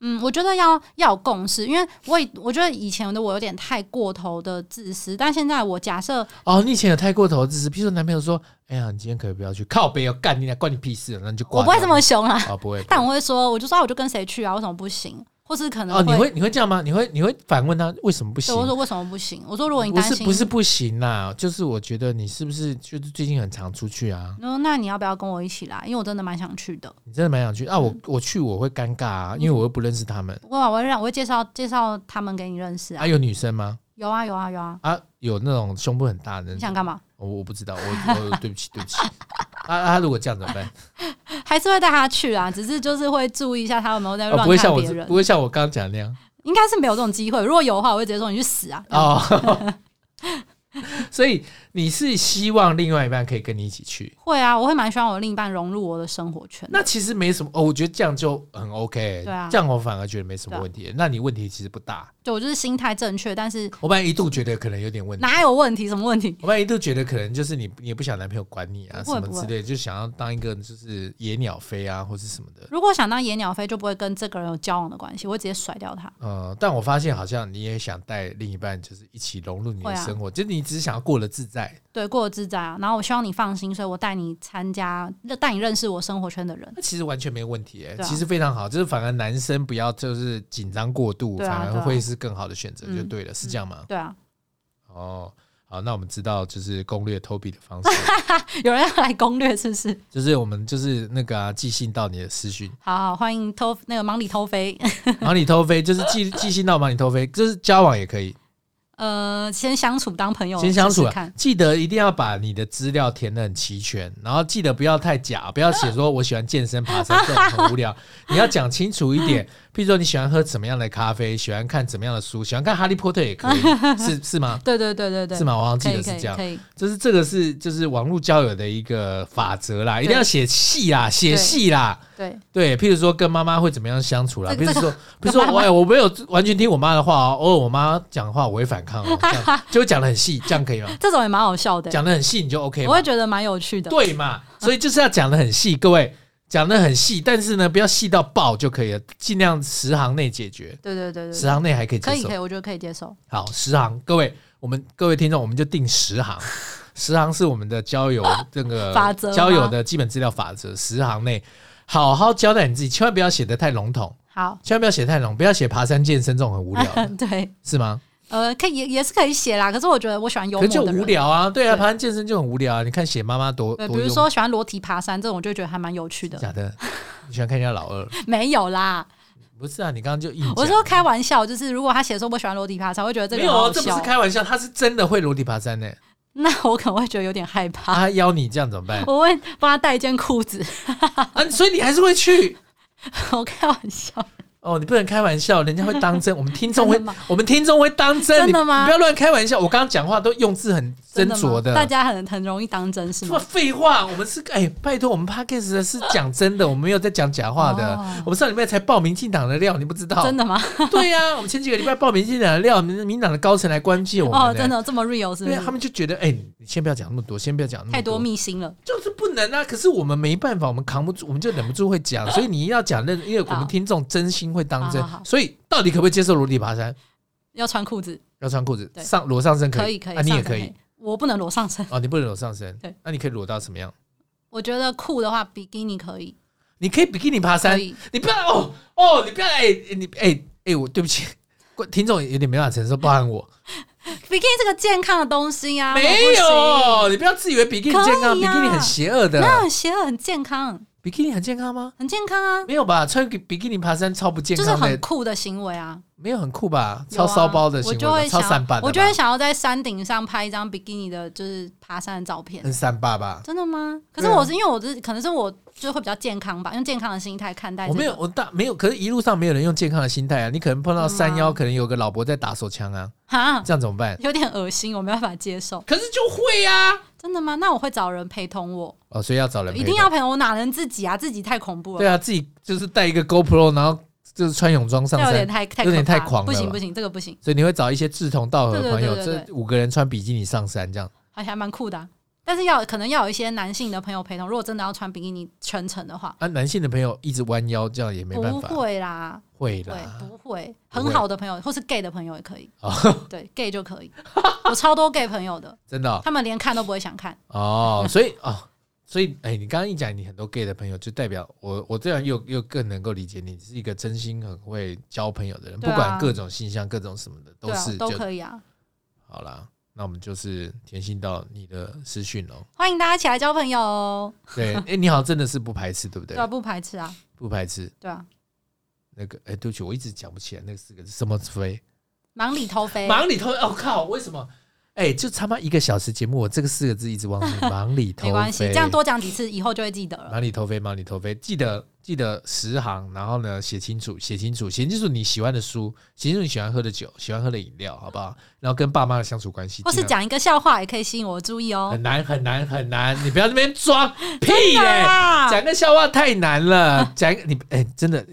嗯，我觉得要要有共识，因为我以我觉得以前的我有点太过头的自私，但现在我假设哦，你以前有太过头自私，譬如说男朋友说：“哎呀，你今天可以不要去靠背哦，干你俩关你屁事了。”那你就挂我掉。不会这么凶啦， (laughs) 哦，不会。但我会说，我就说、啊、我就跟谁去啊，为什么不行？或是可能哦，你会你会这样吗？你会你会反问他为什么不行对？我说为什么不行？我说如果你不担是心，不是不行啦，就是我觉得你是不是就是最近很常出去啊？然后那你要不要跟我一起来？因为我真的蛮想去的，你真的蛮想去啊？我我去我会尴尬啊，因为我又不认识他们。我我会让我会介绍介绍他们给你认识啊啊，，有女生吗？有啊有啊有啊，啊，有那种胸部很大的那你想种？干嘛？我我不知道，我我对不起对不起。 (laughs) 啊，他如果这样怎么办？ (laughs) 还是会带他去啊，只是就是会注意一下他有没有在哦， (laughs) 乱不会像看我别人不。会像我刚刚讲的那样。应该是没有这种机会。如果有的话，我会直接说你去死啊！哦， (laughs) 所以你是希望另外一半可以跟你一起去？会啊，我会蛮希望我另一半融入我的生活圈的。那其实没什么哦，我觉得这样就很 OK，对啊这样我反而觉得没什么问题。那你问题其实不大，就我就是心态正确，但是我本来一度觉得可能有点问题，哪有问题？什么问题？我本来一度觉得可能就是你你也不想男朋友管你啊不什会么之类，就想要当一个就是野鸟飞啊或是什么的。如果想当野鸟飞，就不会跟这个人有交往的关系，我会直接甩掉他。嗯，但我发现好像你也想带另一半，就是一起融入你会的啊生活，就是你只是想要过得自在。对，过得自在啊。然后我希望你放心，所以我带你参加，带你认识我生活圈的 (laughs) 人。那其实完全没有问题、欸，对啊其实非常好，就是反而男生不要就是紧张过度，对啊反对而啊会是更好的选择，嗯就对了，是这样吗？对啊，哦，好，那我们知道就是攻略 Toby 的方式， (laughs) 有人要来攻略是不是？就是我们就是那个、啊、寄信到你的私讯， (laughs) 好好欢迎偷那个忙里偷飞。马里偷飞，就是寄寄信到马里偷飞，就是交往也可以，呃，先相处当朋友，先相处哦试啊试看。记得一定要把你的资料填得很齐全，然后记得不要太假，不要写说我喜欢健身、爬山这种很无 (laughs) 聊。你要讲清楚一点，譬如说你喜欢喝怎么样的咖啡，喜欢看怎么样的书，喜欢看《哈利波特》也可以， (laughs) 是是吗？对对对对对，是吗？我好像记可得以可是以这样可，以，就是这个是就是网络交友的一个法则啦，一定对要写细啦，写对细啦。对对，譬如说跟妈妈会怎么样相处啦，这譬个如这说，比如说跟妈我妈哎我没有完全听我妈的话哦，偶尔我妈讲话我会反抗哦，这 (laughs) 样就会讲的很细，这样可以吗？这种也蛮好笑的、讲的很细你就 OK 我嘛会，觉得蛮有趣的。对嘛？所以就是要讲的很细，各位讲的很细，但是呢，不要细到爆就可以了，尽量十行内解决，对对对对十对，行内啊还可以接呃可以受可以，。我觉得可以接受。好，十行，各位我们各位听众，我们就定十行，十行是我们的交友这个 (laughs) 法则吗交友的基本资料法则，十行内好好交代你自己，千万不要写的太笼统。好， (laughs) 千万不要写太浓，不要写爬山健身这种很无聊的，对，是吗？呃，可以也也是可以写啦。可是我觉得我喜欢幽可默是就的无人。聊啊，对啊，对爬山健身就很无聊啊。你看写妈妈多对，多比如幽说喜欢裸体爬山这种，我就觉得还蛮有趣默的。假的，你喜欢看人家老二？没有啦，不是啊，你刚刚就硬讲我说开玩笑，就是如果他写说我喜欢裸体爬山，我会觉得这个没有人好哦，好这不笑是。开玩笑，他是真的会裸体爬山呢。啊那我可能会觉得有点害怕， (laughs) 他邀你这样怎么办啊我会帮他带一件裤子。 (laughs) 啊？所以你还是会去我开玩笑，哦，你不能开玩笑，人家会当 (laughs) 真，我们听众会真的吗，我们听众会当真，真你的吗你不要乱开玩笑，我刚刚讲话都用字很斟吗酌的，大家很很容易当真是什吗么？废话？我们是哎、拜托，我们 podcast 的是讲真的，我们没有在讲假话的。哦我们上礼拜才报民进党的料，你不知道？真的？的吗？对呀、我们前几个礼拜报民进党的料，民民党的高层来关切我们、哦，真的。的这么 real 是不对啊，他是？们就觉得，哎、你先不要讲那么多，先不要讲那么太多秘辛了。就是不能啊。可是我们没办法，我们扛不住，我们就忍不住会 (laughs) 讲，所以你要讲认，因为我好们听众真心会当真好好，好所以到底可不可以接受裸体爬山？要穿裤子，要穿裤子，对上裸上身可以以，可以，啊，你也上身可以，我不能裸上身。哦，你不能裸上身，对，那你可以裸到什么样？我觉得裤的话，比基尼可以，你可以比基尼爬山可，以。你不要哦哦，你不要哎、你哎哎、我对不起， (laughs) 观听众有点没办法承受，包含我。比基尼这个健康的东西啊，没我有，你不要自以为比基尼健康，可比以啊基尼很邪恶不行，那的。很邪恶，很健康，比基尼很健康吗？很健康啊，没有吧，穿比基尼爬山超不健就是康的，很酷的行为啊，没有很酷吧？有超啊骚包的行我为就吧，会超想三八的吧，我就会想要在山顶上拍一张比基尼的，就是爬山的照片很。三八吧。真的吗？可呃对啊是我是因为我是可能是我就会比较健康吧，用健康的心态看待、这我个没有，我大没有，可是一路上没有人用健康的心态啊。你可能碰到真的吗山腰，可能有个老伯在打手枪啊，哈，这样怎么办？有点恶心，我没办法接受。可是就会啊，真的吗？那我会找人陪同我，哦，所以要找人陪一同，定要陪同我，哪能自己啊？自己太恐怖了，对啊，自己就是带一个 GoPro，然后就是穿泳装上这有山点，太太有点可怕太狂了不行吧不行，这个不行，所以你会找一些志同道合的朋友，对对对对对这五个人穿比基尼上山这样。而且还蛮酷的啊、但是要可能要有一些男性的朋友陪同，如果真的要穿比基尼全程的话，啊，男性的朋友一直弯腰，这样也没办不法。会啦，会对，啦，不会，不会很好的朋友或是 gay 的朋友也可以，哦， (laughs) 对 gay 就可以。我超多 gay 朋 (laughs) 友的，真的哦他们连看都不会想看，哦，所以哦，所以哎，你刚刚一讲你很多 gay 的朋友，就代表我我这样又又更能够理解你是一个真心很会交朋友的人，对啊不管各种性向、各种什么的，对都啊是，都就可以啊。好啦。那我们就是填信到你的私讯喽。欢迎大家一起来交朋友哦，对， (laughs) 哎，你好像真的是不排斥，对不对对？啊，不排斥啊，不排斥对啊，那个，哎，对不起，我一直讲不起来那四个字什么飞。忙里偷飞，忙里偷，我、靠，为什么？哎、就他妈一个小时节目，我这个四 (laughs) 个字一直忘记，忙里偷没关系，飞这样多讲几次，以后就会记得了。忙里偷飞，忙里偷飞，记得记得十行，然后呢写清楚，写清楚，写清楚你喜欢的书，写清楚你喜欢喝的酒，喜欢喝的饮料，好不好？然后跟爸妈的相处关系，或是尽量讲一个笑话也可以吸引我注意哦很。难很难很难，你不要在那边装屁 (laughs) 真的嘞！啊讲个笑话太难了，讲一个你哎、真的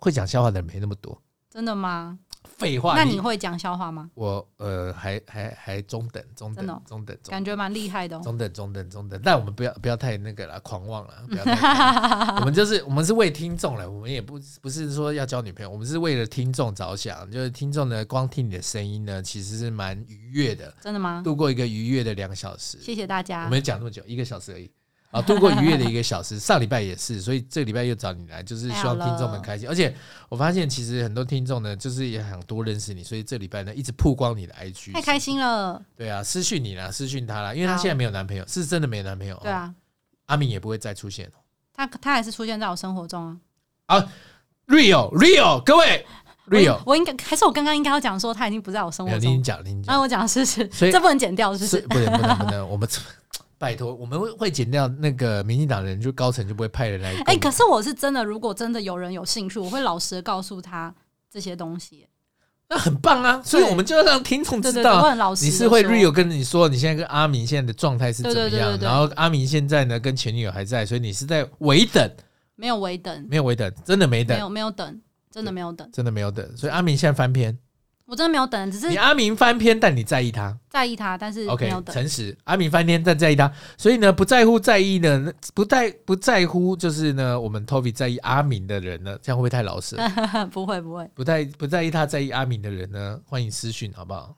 会讲笑话的人没那么多。真的吗？废话，那你会讲笑话吗？我呃还还还中等中等真的哦中等中感等觉蛮厉害的哦。中等中等中等，但我们不要不要太那个了，狂妄了，不要太狂 (laughs) 妄。我们就是我们是为听众了，我们也不不是说要交女朋友，我们是为了听众着想。就是听众呢，光听你的声音呢，其实是蛮愉悦的，真的吗？度过一个愉悦的两个小时。谢谢啊大家。我们讲那么久，一个小时而已啊，度过愉悦的一个小时。上礼拜也是，所以这礼拜又找你来，就是希望太好了听众们开心。而且我发现，其实很多听众呢，就是也想多认识你，所以这礼拜呢一直曝光你的 IG，太开心了，对啊，私讯你啦，私讯他啦，因为他好现在没有男朋友，是真的没有男朋友。哦对，啊，阿明也不会再出现。哦他他还是出现在我生活中啊。 Real Real，各位我 Real，我应该还是我刚刚应该要讲说他已经不在我生没有活你已经中。讲，你已经那讲，我讲的是不 (laughs) 是？所以这不能剪掉，是不是是？不能不能不能，我们 (laughs) 拜托，我们会会剪掉那个民进党的人，就高层就不会派人来跟我哎、们。可是我是真的，如果真的有人有兴趣，我会老实的告诉他这些东西。那很棒啊，所以我们就要让听众对知对对，道啊我。很老实。你是会 real 跟你说你现在跟阿明现在的状态是怎么样？对对对对对然后阿明现在呢跟前女友还在，所以你是在围等，没有微等，没有围等，真的没没等，有没有等，真的没有等，真的没有等。所以阿明现在翻篇，我真的没有等，只你是阿明翻篇，但你在意他在意他，但是没，OK，有等。诚实。阿明翻篇但在意他，所以呢不在乎在意呢，不在不在乎就是呢我们 Toby 在意阿明的人呢，这样会不会太老 (laughs) 实了？不会不会，不在不在意他在意阿明的人呢，欢迎私讯好不好？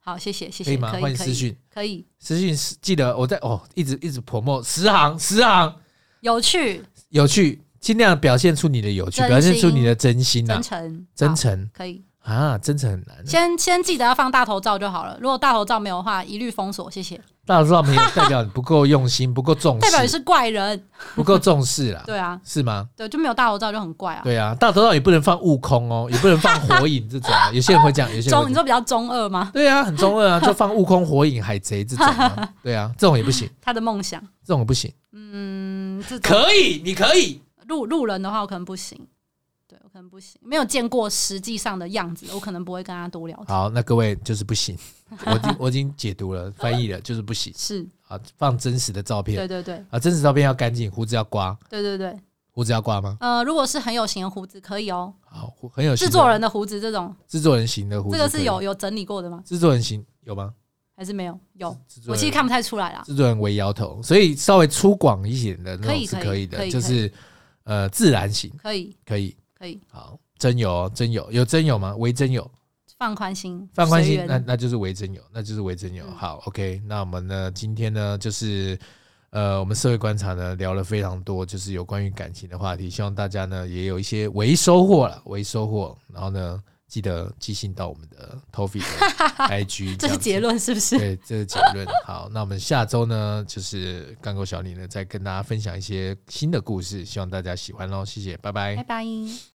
好，谢谢谢可谢，以吗？可欢以迎可私以讯。可以，私讯是记得我在哦，一直一直泼墨十行十行有趣有趣，尽量表现出你的有趣，真心表现出你的真心呐、真诚真好诚可以。啊，真诚很难。先先记得要放大头照就好了，如果大头照没有的话，一律封锁，谢谢。大家知道没有？代表你不够用心，不够重 (laughs) 代表你视，是怪人，不够重视啦， (laughs) 对啊，是吗？对，就没有大头照就很怪啊。对啊，大头照也不能放悟空 (laughs) 哦，也不能放火影这种啊。有些人会这样，有些人中，会你这样说比较中二吗？ (laughs) 对啊，很中二啊，就放悟空、火影、海贼这种 (laughs) 啊。对啊，这种也不行，他的梦想，这种也不 (laughs) 行。嗯，这种可以，你可以，路路人的话，我可能不行，对我可能不行，没有见过实际上的样子，我可能不会跟他多聊天。好，那各位就是不行，我已经我已经解读了，翻译了，就是不行是，啊，放真实的照片对对对啊，真实照片要干净，胡子要刮，对对对，胡子要刮吗？呃，如果是很有型的胡子，可以哦。好，胡很有型制的作人的胡子这种，制作人型的胡子这可以，个是有有整理过的吗？制作人型有吗？还是没有？有，制我作其实人看不太出来啦。制作人为摇头，所以稍微粗犷一点的那可以种是可以可以可的，以就是呃自然型可以，可以。可以好，真有哦真有有真有吗？为真有。放宽心，范宽随心，缘那那就是为真友，那就是为真友。嗯好，OK，那我们呢，今天呢，就是呃，我们社会观察呢聊了非常多，就是有关于感情的话题，希望大家呢也有一些微收获了，微收获。然后呢，记得寄信到我们的 Toffee (laughs) 的 IG，这样子是结。论是不是？对，这是结论。 (laughs) 好，那我们下周呢，就是干够小李呢，再跟大家分享一些新的故事，希望大家喜欢喽，谢谢，拜拜拜拜。